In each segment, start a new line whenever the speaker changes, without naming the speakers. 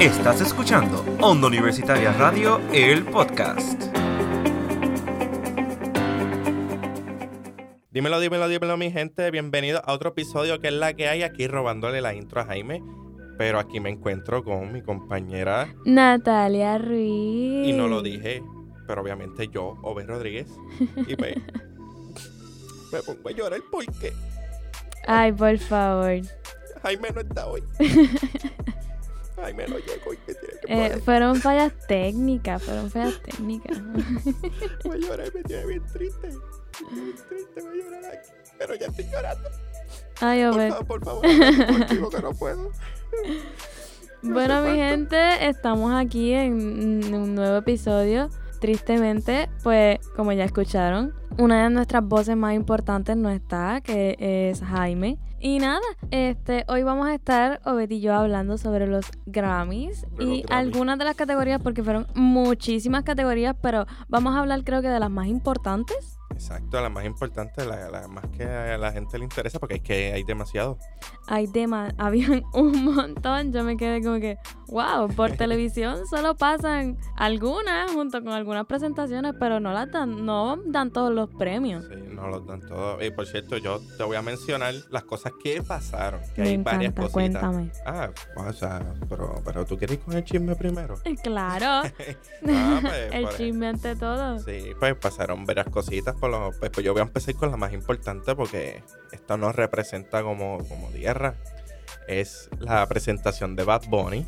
Estás escuchando Onda Universitaria Radio, el podcast.
Dímelo, dímelo, dímelo, mi gente. Bienvenido a otro episodio que es la que hay aquí robándole la intro a Jaime. Pero aquí me encuentro con mi compañera
Natalia Ruiz.
y no lo dije, pero obviamente yo, Obed Rodríguez. Y pues, me pongo a llorar porque
Ay, por favor. Eh,
Jaime no está hoy. Jaime no llegó y me tiene que
Eh,
poner.
fueron fallas técnicas, fueron fallas técnicas.
Voy a llorar y me tiene bien triste. Me tiene bien triste, voy a llorar aquí. Pero ya estoy llorando.
Ay,
Por
Obed.
favor, por favor, habla contigo que no puedo.
Bueno,
hace
mi
falta.
gente, estamos aquí en en un nuevo episodio. Tristemente, pues, como ya escucharon, una de nuestras voces más importantes no está, que es Jaime. Y nada, este, hoy vamos a estar, Obed y yo, hablando sobre los Grammys
Sobre los
y
Grammys.
algunas de las categorías, porque fueron muchísimas categorías, pero vamos a hablar creo que de las más importantes.
Exacto, la más importante, la, la más que a la gente le interesa, porque es que hay demasiado.
Hay temas, habían un montón. Yo me quedé como que, wow, por televisión solo pasan algunas junto con algunas presentaciones, pero no las dan, no dan todos los premios.
Sí, no los dan todo. Y por cierto, yo te voy a mencionar las cosas que pasaron. Que
me
hay
encanta,
varias cositas.
cuéntame.
Ah, o sea, pero, pero tú quieres ir con el chisme primero.
Eh, Claro,
Ah, pues,
el
por
chisme ante todo.
Sí, pues pasaron varias cositas. Por lo, pues, pues yo voy a empezar con la más importante porque esto nos representa como, como tierra. Es la presentación de Bad Bunny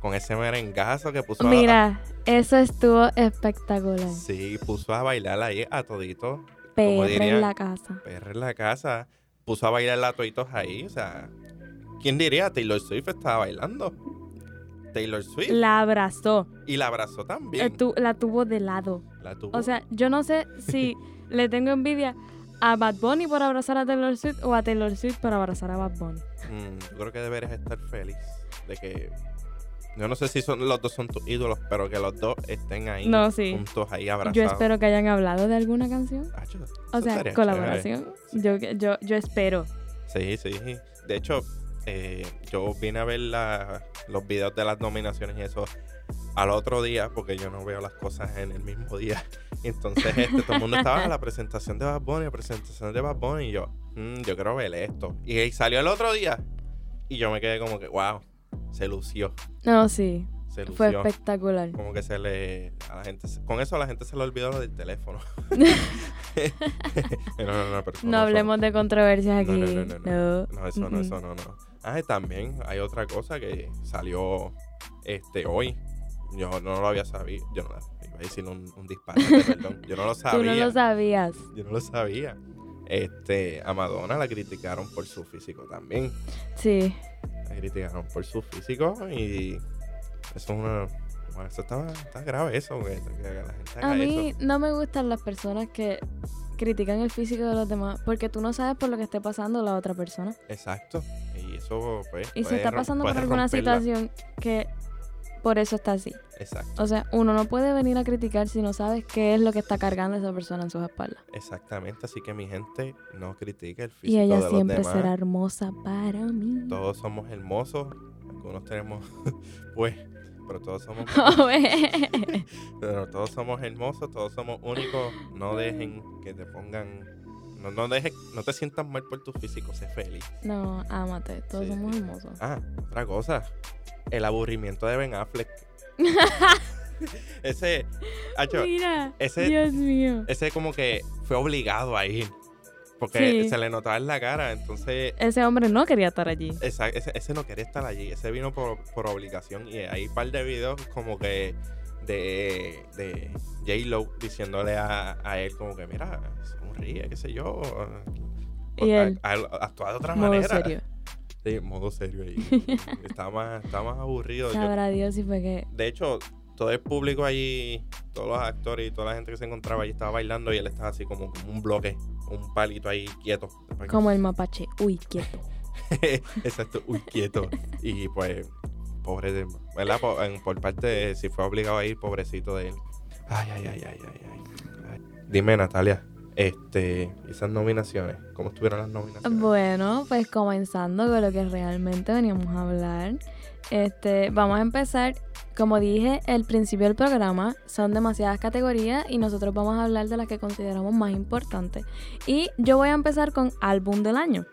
con ese merengazo que puso a-
Mira, eso estuvo espectacular.
Sí, puso a bailar ahí a todito. como
PR en
dirían.
la casa.
Perra en la casa. Puso a bailar a toditos ahí. O sea, ¿quién diría? Taylor Swift estaba bailando. Taylor Swift.
La abrazó,
Y la abrazó también.
eh, tu- la tuvo de lado.
La tuvo.
O sea, yo no sé si le tengo envidia a Bad Bunny por abrazar a Taylor Swift o a Taylor Swift por abrazar a Bad Bunny.
Mm, yo creo que deberías estar feliz de que. Yo no sé si son los dos son tus ídolos, pero que los dos estén ahí
No, sí.
juntos ahí abrazados.
Yo espero que hayan hablado de alguna canción.
Acho,
O
eso
sea,
estaría
colaboración. Yo, yo, yo espero.
chévere. Sí, sí. De hecho, eh, yo vine a ver la- los videos de las nominaciones y eso al otro día, porque yo no veo las cosas en el mismo día. Entonces, este, todo el mundo estaba en la presentación de Bad Bunny, la presentación de Bad Bunny, y yo, "Mm, yo quiero ver esto. Y, y salió el otro día, y yo me quedé como que, wow, se lució.
No, sí.
Se lució.
Fue espectacular.
como que se le a la gente se- con eso a la gente se le olvidó lo del teléfono no no no pero eso
No hablemos de controversias
No,
aquí.
no, no, no,
No.
no eso no
Mm-mm.
eso no no ah y también hay otra cosa que salió este hoy yo no lo había sabido yo no iba a decir un, un disparate perdón yo no lo
Tú
sabía
no lo sabías.
yo no lo sabía este a Madonna la criticaron por su físico también
Sí.
la criticaron por su físico y eso es una bueno, eso está, está grave eso que, que la gente haga
A
eso
mí no me gustan las personas que critican el físico de los demás porque tú no sabes por lo que esté pasando la otra persona.
Exacto. Y eso, pues.
Y si
puede
está
rom-
pasando por
puede
alguna
romperla.
situación que por eso está así.
Exacto,
O sea, uno no puede venir a criticar si no sabes qué es lo que está cargando esa persona en sus espaldas.
exactamente. Así que mi gente no critique el físico
Y ella
de los
siempre
demás.
será hermosa para mí.
Todos somos hermosos. Algunos tenemos, pues, pero todos somos, pero todos somos hermosos, todos somos únicos. No dejen que te pongan, no, no dejes, no te sientas mal por tu físico. Sé feliz.
no, ámate, todos
Sí,
somos
sí.
hermosos.
Ah, otra cosa. El aburrimiento de Ben Affleck. ese, acho,
Mira,
ese-
Dios mío.
ese como que fue obligado a ir. Porque
Sí.
se le notaba en la cara. Entonces,
Ese hombre no quería estar allí.
esa- ese, ese no quería estar allí. Ese vino por, por obligación. Y hay un par de videos como que de, de J-Lo diciéndole a, a él como que, mira, sonríe, qué sé yo. o-
Y
a-
él,
a- actúa de otra
Modo
manera.
serio.
Sí, modo serio ahí. está, más, está más aburrido. Yo-
Sabrá Dios si fue que.
de hecho, todo el público allí, todos los actores y toda la gente que se encontraba allí estaba bailando y él estaba así como, como un bloque, un palito ahí quieto.
Como el mapache. Uy, quieto.
Exacto, uy, quieto. Y pues, pobre de ¿verdad? Por, en- por parte de, si fue obligado a ir, pobrecito de él. Ay, ay, ay, ay, ay, ay. Ay. Dime, Natalia, Este, esas nominaciones, ¿cómo estuvieron las nominaciones?
Bueno, pues comenzando con lo que realmente veníamos a hablar. Este, vamos a empezar, como dije al principio del programa, son demasiadas categorías y nosotros vamos a hablar de las que consideramos más importantes. Y yo voy a empezar con álbum del año.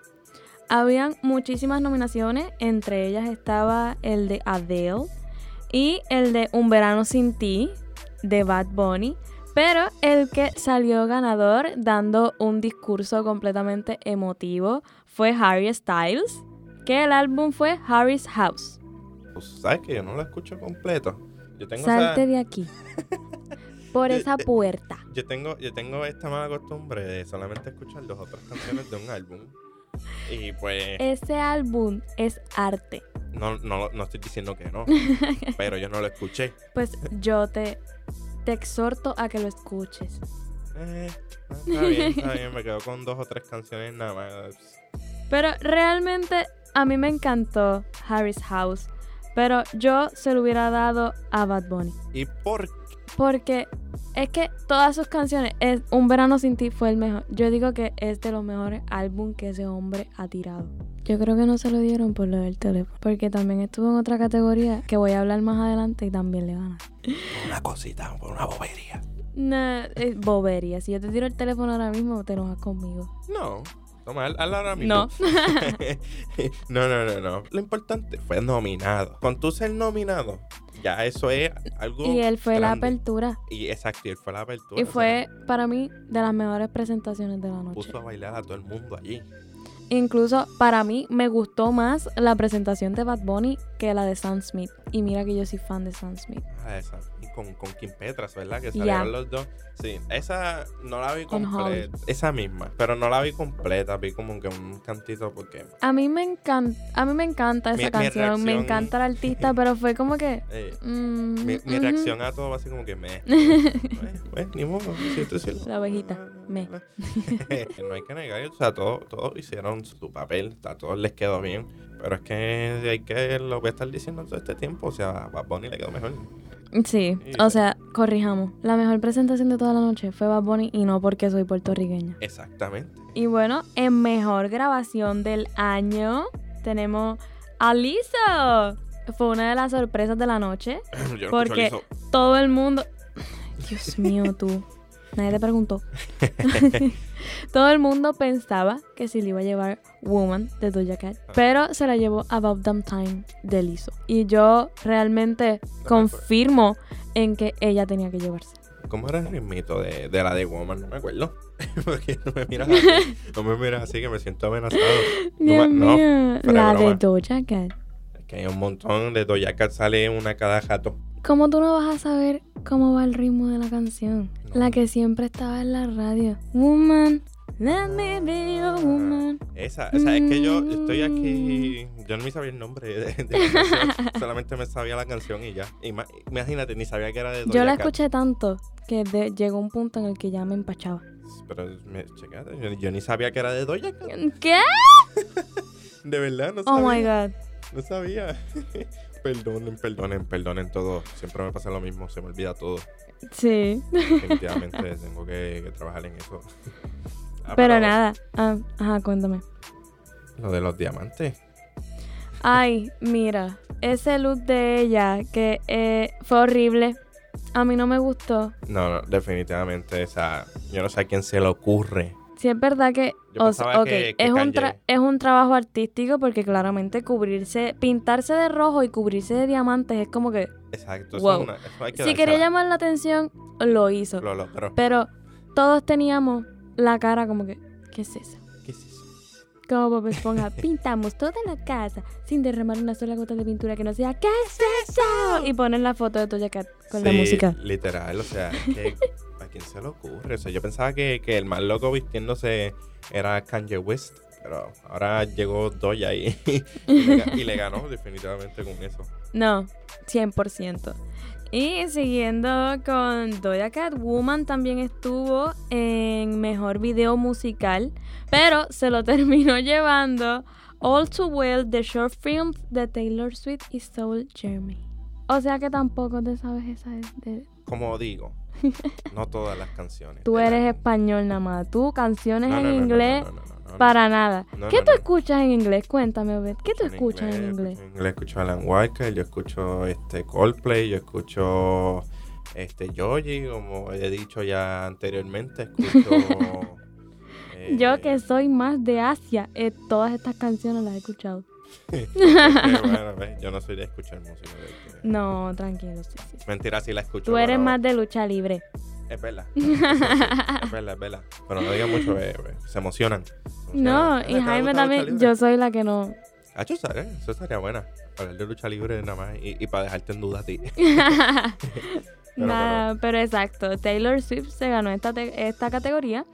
Habían muchísimas nominaciones, entre ellas estaba el de Adele y el de Un verano sin ti de Bad Bunny, pero el que salió ganador dando un discurso completamente emotivo fue Harry Styles, que el álbum fue Harry's House.
Pues, ¿Sabes que yo no lo escucho completo? Yo tengo, esa- Eh,
Salte de aquí. Por esa puerta.
yo tengo, yo tengo esta mala costumbre de solamente escuchar las otras canciones de un álbum. Y pues,
Ese álbum es arte.
no, no, no estoy diciendo que no, pero yo no lo escuché.
Pues yo te, te exhorto a que lo escuches.
Eh, está bien, está bien, me quedo con dos o tres canciones nada más.
Pero realmente a mí me encantó Harry's House. Pero yo se lo hubiera dado a Bad Bunny.
¿Y por
Porque es que todas sus canciones, es Un verano sin ti fue el mejor. Yo digo que es de los mejores álbumes que ese hombre ha tirado. Yo creo que no se lo dieron por lo del teléfono. Porque también estuvo en otra categoría que voy a hablar más adelante y también le ganan.
una cosita, por una bobería?
No, es bobería. Si yo te tiro el teléfono ahora mismo, te enojas conmigo.
No. Toma, haz- hazla ahora mismo.
No.
no, no, no, no. Lo importante fue nominado. Con tú ser nominado, ya eso es algo.
Y él fue
grande.
la apertura.
Y exacto, y él fue la apertura.
Y
o sea,
fue para mí de las mejores presentaciones de la noche.
puso a bailar a todo el mundo allí.
Incluso para mí me gustó más la presentación de Bad Bunny que la de Sam Smith. Y mira que yo soy fan de Sam Smith.
Ah, esa. Y con, con Kim Petras, ¿verdad? Que
Ya.
salieron los dos. Sí, esa no la vi
Con Holly.
completa. Esa misma. Pero no la vi completa. Vi como que un cantito porque.
A mí me encanta, a mí me encanta
Mi-
esa
mi
canción, me
reacción-
encanta el artista, pero fue como que
eh,
mm,
mi, mi
ujú.
reacción a todo va así como que me. eh, pues, ni modo, siento decirlo.
La ovejita, me.
no hay que negar, o sea, todos todos hicieron su papel, a todos les quedó bien. Pero es que hay que lo voy a estar diciendo todo este tiempo. O sea, a Bad Bunny le quedó mejor.
Sí,
Sí,
o
sí.
sea, corrijamos. La mejor presentación de toda la noche fue Bad Bunny y no porque soy puertorriqueña.
Exactamente.
Y bueno, en mejor grabación del año tenemos a Lizzo. Fue una de las sorpresas de la noche.
Yo no
Porque-
escucho liso.
Todo el mundo. Dios mío, tú. Nadie te preguntó. Todo el mundo pensaba que se le iba a llevar Woman de Doja Cat,
Ah.
pero se la llevó About Damn Time de Lizzo. Y yo realmente confirmo en que ella tenía que llevarse.
¿Cómo era el ritmito de, de la de Woman? No me acuerdo. Porque no me miras así. No me miras así que me siento amenazado.
Dios
me- no,
mío,
fuera de
la de
broma.
Doja Cat.
Es que hay un montón de Doja Cat sale una cada jato.
¿Cómo tú no vas a saber cómo va el ritmo de la canción?
No.
La que siempre estaba en la radio. Woman, let me be
Ah.
your woman. Mm.
Esa, o sea, es que yo estoy aquí. Yo no me sabía el nombre de, de la canción. Solamente me sabía la canción y ya. Ima- Imagínate, ni sabía que era de Doja
Yo la
Cat.
escuché tanto que de- llegó un punto en el que ya me empachaba.
Pero, me, checate, yo, yo ni sabía que era de Doja Cat.
¿Qué?
De verdad, no
Oh
sabía.
my god.
No sabía. perdonen, perdonen, perdonen todo. Siempre me pasa lo mismo, se me olvida todo.
Sí.
Definitivamente tengo que, que trabajar en eso. Ah,
Pero nada. Ah, ajá, cuéntame.
Lo de los diamantes.
Ay, mira. Ese look de ella que eh, fue horrible. A mí no me gustó.
No, no, definitivamente. O sea, yo no sé a quién se le ocurre.
Sí, es verdad que.
Yo
o sea,
pensaba
ok,
que- que
es, un
Kanye-
tra- es un trabajo artístico porque claramente cubrirse, pintarse de rojo y cubrirse de diamantes es como que.
Exacto. Eso,
Wow.
es una- eso hay que
Si quería
dársela.
llamar la atención, lo hizo.
Lo logró.
Pero todos teníamos la cara como que. ¿Qué es eso?
¿Qué es eso?
Como Bob Esponja, pintamos toda la casa sin derramar una sola gota de pintura que no sea ¿Qué es eso? Y ponen la foto de Toya Cat con la
Sí,
música.
Literal, o sea, es que, ¿a quién se le ocurre? O sea, yo pensaba que, que el más loco vistiéndose era Kanye West, pero ahora llegó Doja y, y, le, ga- y le ganó definitivamente con eso.
No, 100%. Y siguiendo con Doja Cat, Woman también estuvo en mejor video musical, pero se lo terminó llevando All Too Well, The Short Films de Taylor Swift y Soul Jeremy. O sea que tampoco te sabes esa de- de,
Como digo, No todas las canciones.
Tú
del
eres
álbum.
español nada más. Tú canciones
No, no,
en
no, no, no,
inglés
no, no, no, no, no.
para nada.
No,
¿Qué
no,
tú
no.
escuchas en inglés? Cuéntame, Obed. ¿Qué tú escuchas en inglés?
En inglés escucho Alan Walker, yo escucho este Coldplay, yo escucho este Joji, como he dicho ya anteriormente, escucho eh,
Yo que soy más de Asia, eh, todas estas canciones las he escuchado.
eh, bueno, ves, yo no soy de escuchar música. de- de-
No, tranquilo, sí, sí. sí.
Mentira, sí la escucho.
Tú eres
pero-
más de lucha libre.
Es verdad. es verdad, es verdad. Pero no digan mucho, eh, eh, se emocionan. se emocionan.
No,
Ah, ¿te
y
gusta
Jaime
lucha
también,
libre?
yo soy la que no.
Ah, yo sabía, eso estaría buena. Hablar de lucha libre nada más y, y para dejarte en duda a ti.
Nada, pero exacto. Taylor Swift se ganó esta, te- esta categoría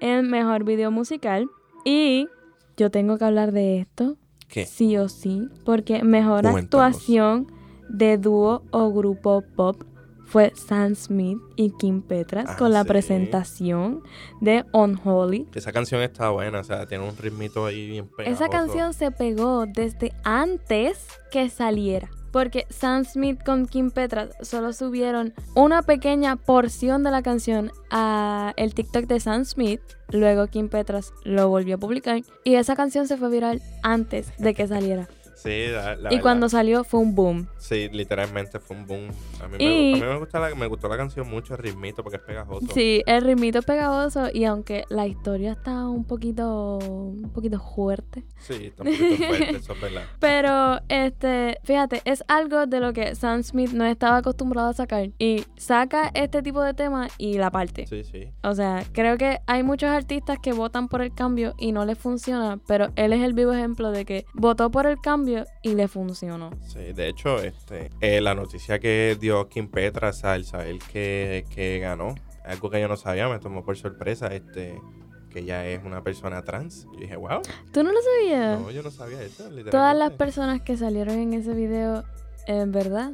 en mejor video musical. Y yo tengo que hablar de esto,
¿Qué?
sí o sí, porque mejor
Cuéntanos.
actuación de dúo o grupo pop fue Sam Smith y Kim Petras
Ah,
con la
sí.
presentación de Unholy.
Esa canción está buena, o sea, tiene un ritmito ahí bien pegajoso.
Esa canción se pegó desde antes que saliera. Porque Sam Smith con Kim Petras solo subieron una pequeña porción de la canción a el TikTok de Sam Smith. Luego Kim Petras lo volvió a publicar. Y esa canción se fue viral antes de que saliera.
Sí, la, la
y
verdad.
cuando salió fue un boom.
Sí, literalmente fue un boom. A mí,
Y-
me, a mí me, gusta la, me gustó la canción mucho, el ritmito, porque es pegajoso.
Sí, el ritmito es pegajoso. Y aunque la historia está un poquito, un poquito fuerte.
Sí, está un poquito fuerte, eso es verdad.
Pero, este, fíjate, es algo de lo que Sam Smith no estaba acostumbrado a sacar. Y saca este tipo de tema y la parte.
Sí, sí.
O sea, creo que hay muchos artistas que votan por el cambio y no les funciona, pero él es el vivo ejemplo de que votó por el cambio y le funcionó.
Sí, de hecho, este, eh, la noticia que dio Kim Petras al saber que, que ganó, algo que yo no sabía, me tomó por sorpresa, este, que ella es una persona trans. Yo dije, wow,
¿Tú no lo sabías?
no, yo no sabía eso, literalmente.
Ah. Todas las personas que salieron en ese video, en verdad,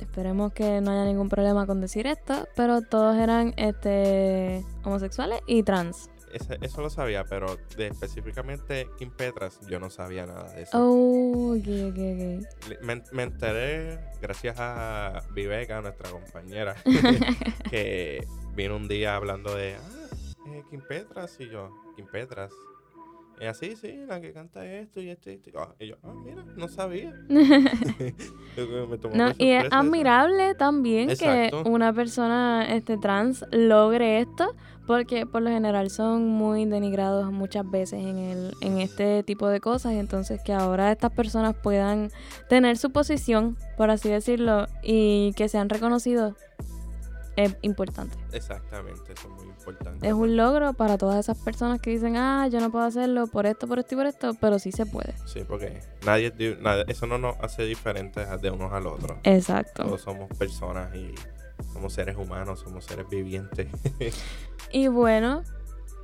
esperemos que no haya ningún problema con decir esto, pero todos eran este homosexuales y trans.
Ese- Eso lo sabía, pero de específicamente Kim Petras, yo no sabía nada de eso.
Oh, ok, ok, ok.
Le- Me, me enteré gracias a Viveca, nuestra compañera, que vino un día hablando de ah, eh, Kim Petras y yo, Kim Petras. Y así, sí, la que canta esto y esto y esto. Ah, y yo, ah, mira, no sabía. Yo- me tomó
No,
por
y
sorpresa
es
eso.
admirable también
Exacto.
que una persona este, trans logre esto, porque por lo general son muy denigrados muchas veces en, el, en este tipo de cosas, y entonces que ahora estas personas puedan tener su posición, por así decirlo, y que sean reconocidos, es importante.
Exactamente, eso es muy importante.
Es un logro para todas esas personas que dicen, ah, yo no puedo hacerlo por esto, por esto y por esto, pero sí se puede.
Sí, porque nadie, es di- nadie- eso no nos hace diferentes de unos al otro.
Exacto.
Todos somos personas y somos seres humanos, somos seres vivientes.
Y bueno,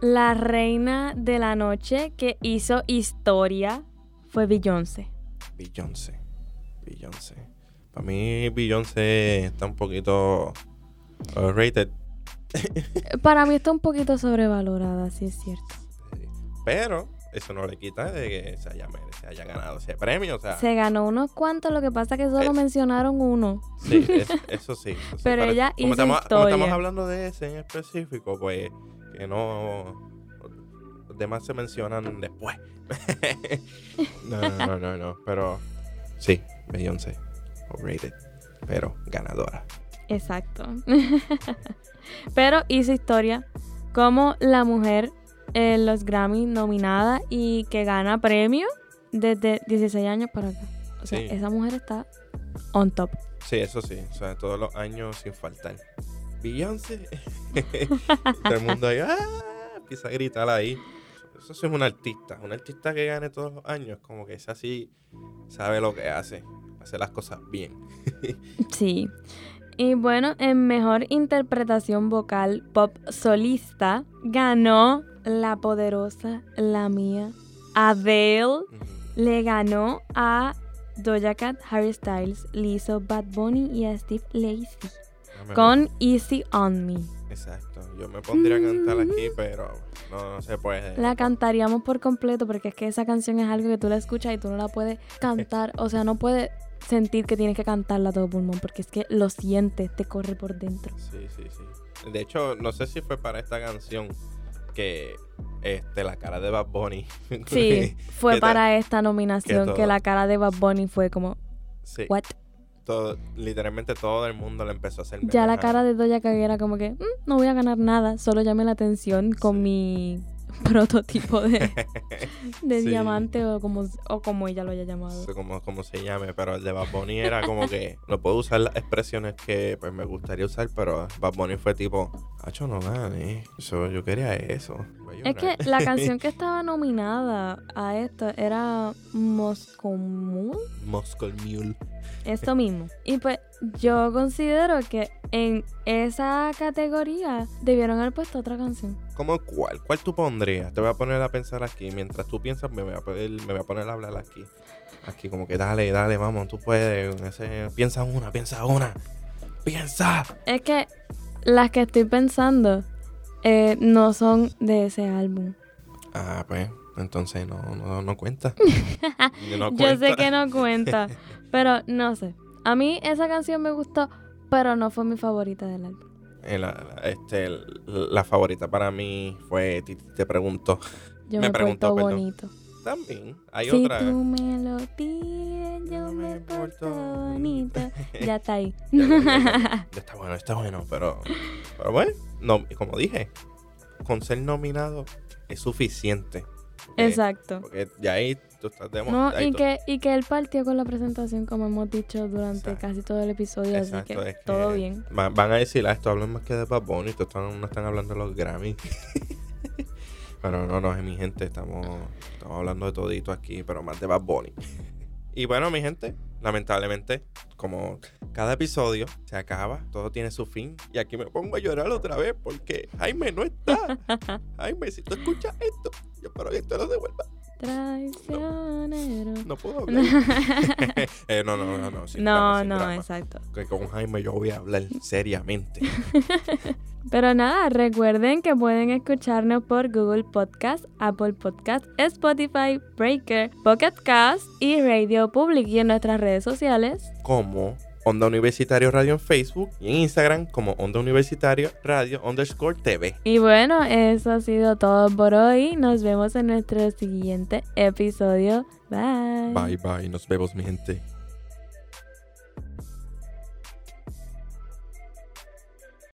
la reina de la noche que hizo historia fue Beyoncé.
Beyoncé. Beyoncé. Para mí Beyoncé está un poquito overrated.
Para mí está un poquito sobrevalorada, sí es cierto.
eh, Pero eso no le quita de que se haya, mere- se haya ganado ese premio. O sea,
Se ganó unos cuantos, lo que pasa que solo
Ah. Eh.
mencionaron uno.
sí, es- eso sí. eso sí,
Pero ella hizo
como estamos, como estamos
historia.
hablando de ese en específico, pues que no... Los demás se mencionan después. no, no, no, no, no. Pero sí, Beyoncé. Overrated. Pero ganadora.
Exacto. Pero hizo historia como la mujer en los Grammy nominada y que gana premio desde 16 años para acá. O sea,
Sí.
esa mujer está on top.
Sí, eso sí. O sea, todos los años sin faltar. Beyoncé. Todo el mundo ahí ¡ah! empieza a gritar ahí. Eso sí es un artista. Un artista que gane todos los años, como que es así, sabe lo que hace. Hace las cosas bien.
Sí. Y bueno, en mejor interpretación vocal pop solista ganó la poderosa, la mía. Adele
Ujú.
le ganó a Doja Cat, Harry Styles, Lizzo, Bad Bunny y a Steve Lacey
No me
con Easy on Me.
gusta. Mm. Exacto. Yo me pondría a cantar aquí, pero no, no se puede.
La cantaríamos por completo porque es que esa canción es algo que tú la escuchas y tú no la puedes cantar, o sea, no puedes sentir que tienes que cantarla a todo pulmón porque es que lo sientes, te corre por dentro.
Sí, sí, sí. De hecho, no sé si fue para esta canción que este, la cara de Bad Bunny.
Sí, fue
¿Qué tal?
para esta nominación que
todo-
la cara de Bad Bunny fue como,
sí,
¿what?
todo- literalmente todo el mundo le empezó a hacer.
Ya la
memes a-
cara de Doja Cat era como que, "Mm, no voy a ganar nada, solo llame la atención con
Sí.
mi prototipo de, de
Sí.
diamante o como, o como ella lo haya llamado.
sé cómo, cómo se llame, pero el de Bad Bunny era como que no puedo usar las expresiones que pues, me gustaría usar, pero Bad Bunny fue tipo, Hacho, no gané, eso, yo quería eso. Pues, Voy a
Es que
llorar".
la canción que estaba nominada a esto era Moscow Mule,
Moscow Mule.
esto mismo. Y pues yo considero que en esa categoría debieron haber puesto otra canción.
¿Cómo cuál? ¿Cuál tú pondrías? Te voy a poner a pensar aquí. Mientras tú piensas, me voy a poner, me voy a, poner a hablar aquí. Aquí, como que dale, dale, vamos, tú puedes. Ese- piensa una, piensa una. ¡Piensa!
Es que las que estoy pensando eh, no son de ese álbum.
Ah, pues, entonces no, no, no cuenta. No
Yo sé
cuenta.
que no cuenta, pero no sé. A mí esa canción me gustó, pero no fue mi favorita del álbum.
Eh, La, la- este, el- la favorita para mí fue Titi Te Pregunto.
Yo
Me
me,
preguntó,
porto
perdón.
bonito.
También hay
si
otra.
tú me lo pides, yo
No
me
me porto
porto bonito. Ya está ahí.
Ya, ya, ya, ya. está bueno, está bueno, pero, pero bueno, no, y como dije, con ser nominado es suficiente. Porque-
Exacto.
Porque ya ahí tú estás
No,
demostrando.
y que, y que él partió con la presentación, como hemos dicho durante
Exacto.
casi todo el episodio, así que, todo bien.
Van, van a decir, ah, esto hablan más que de Bad Bunny, esto están, no están hablando de los Grammy. pero no, no, mi gente, estamos, estamos hablando de todito aquí, pero más de Bad Bunny. Y bueno, mi gente, lamentablemente, como cada episodio se acaba, todo tiene su fin. Y aquí me pongo a llorar otra vez porque Jaime no está. Jaime, si tú escuchas esto, yo espero que esto lo devuelva.
Traicionero.
No puedo hablar. Eh, no, no, no, no. sin drama,
no,
sin
no,
drama.
exacto.
que con Jaime yo voy a hablar seriamente.
Pero nada, recuerden que pueden escucharnos por Google Podcast, Apple Podcast, Spotify, Breaker, Pocket Cast y Radio Public y en nuestras redes sociales.
Como Onda Universitario Radio en Facebook y en Instagram como Onda Universitario Radio underscore TV.
Y bueno, eso ha sido todo por hoy. Nos vemos en nuestro siguiente episodio. Bye.
Bye bye, nos vemos mi gente.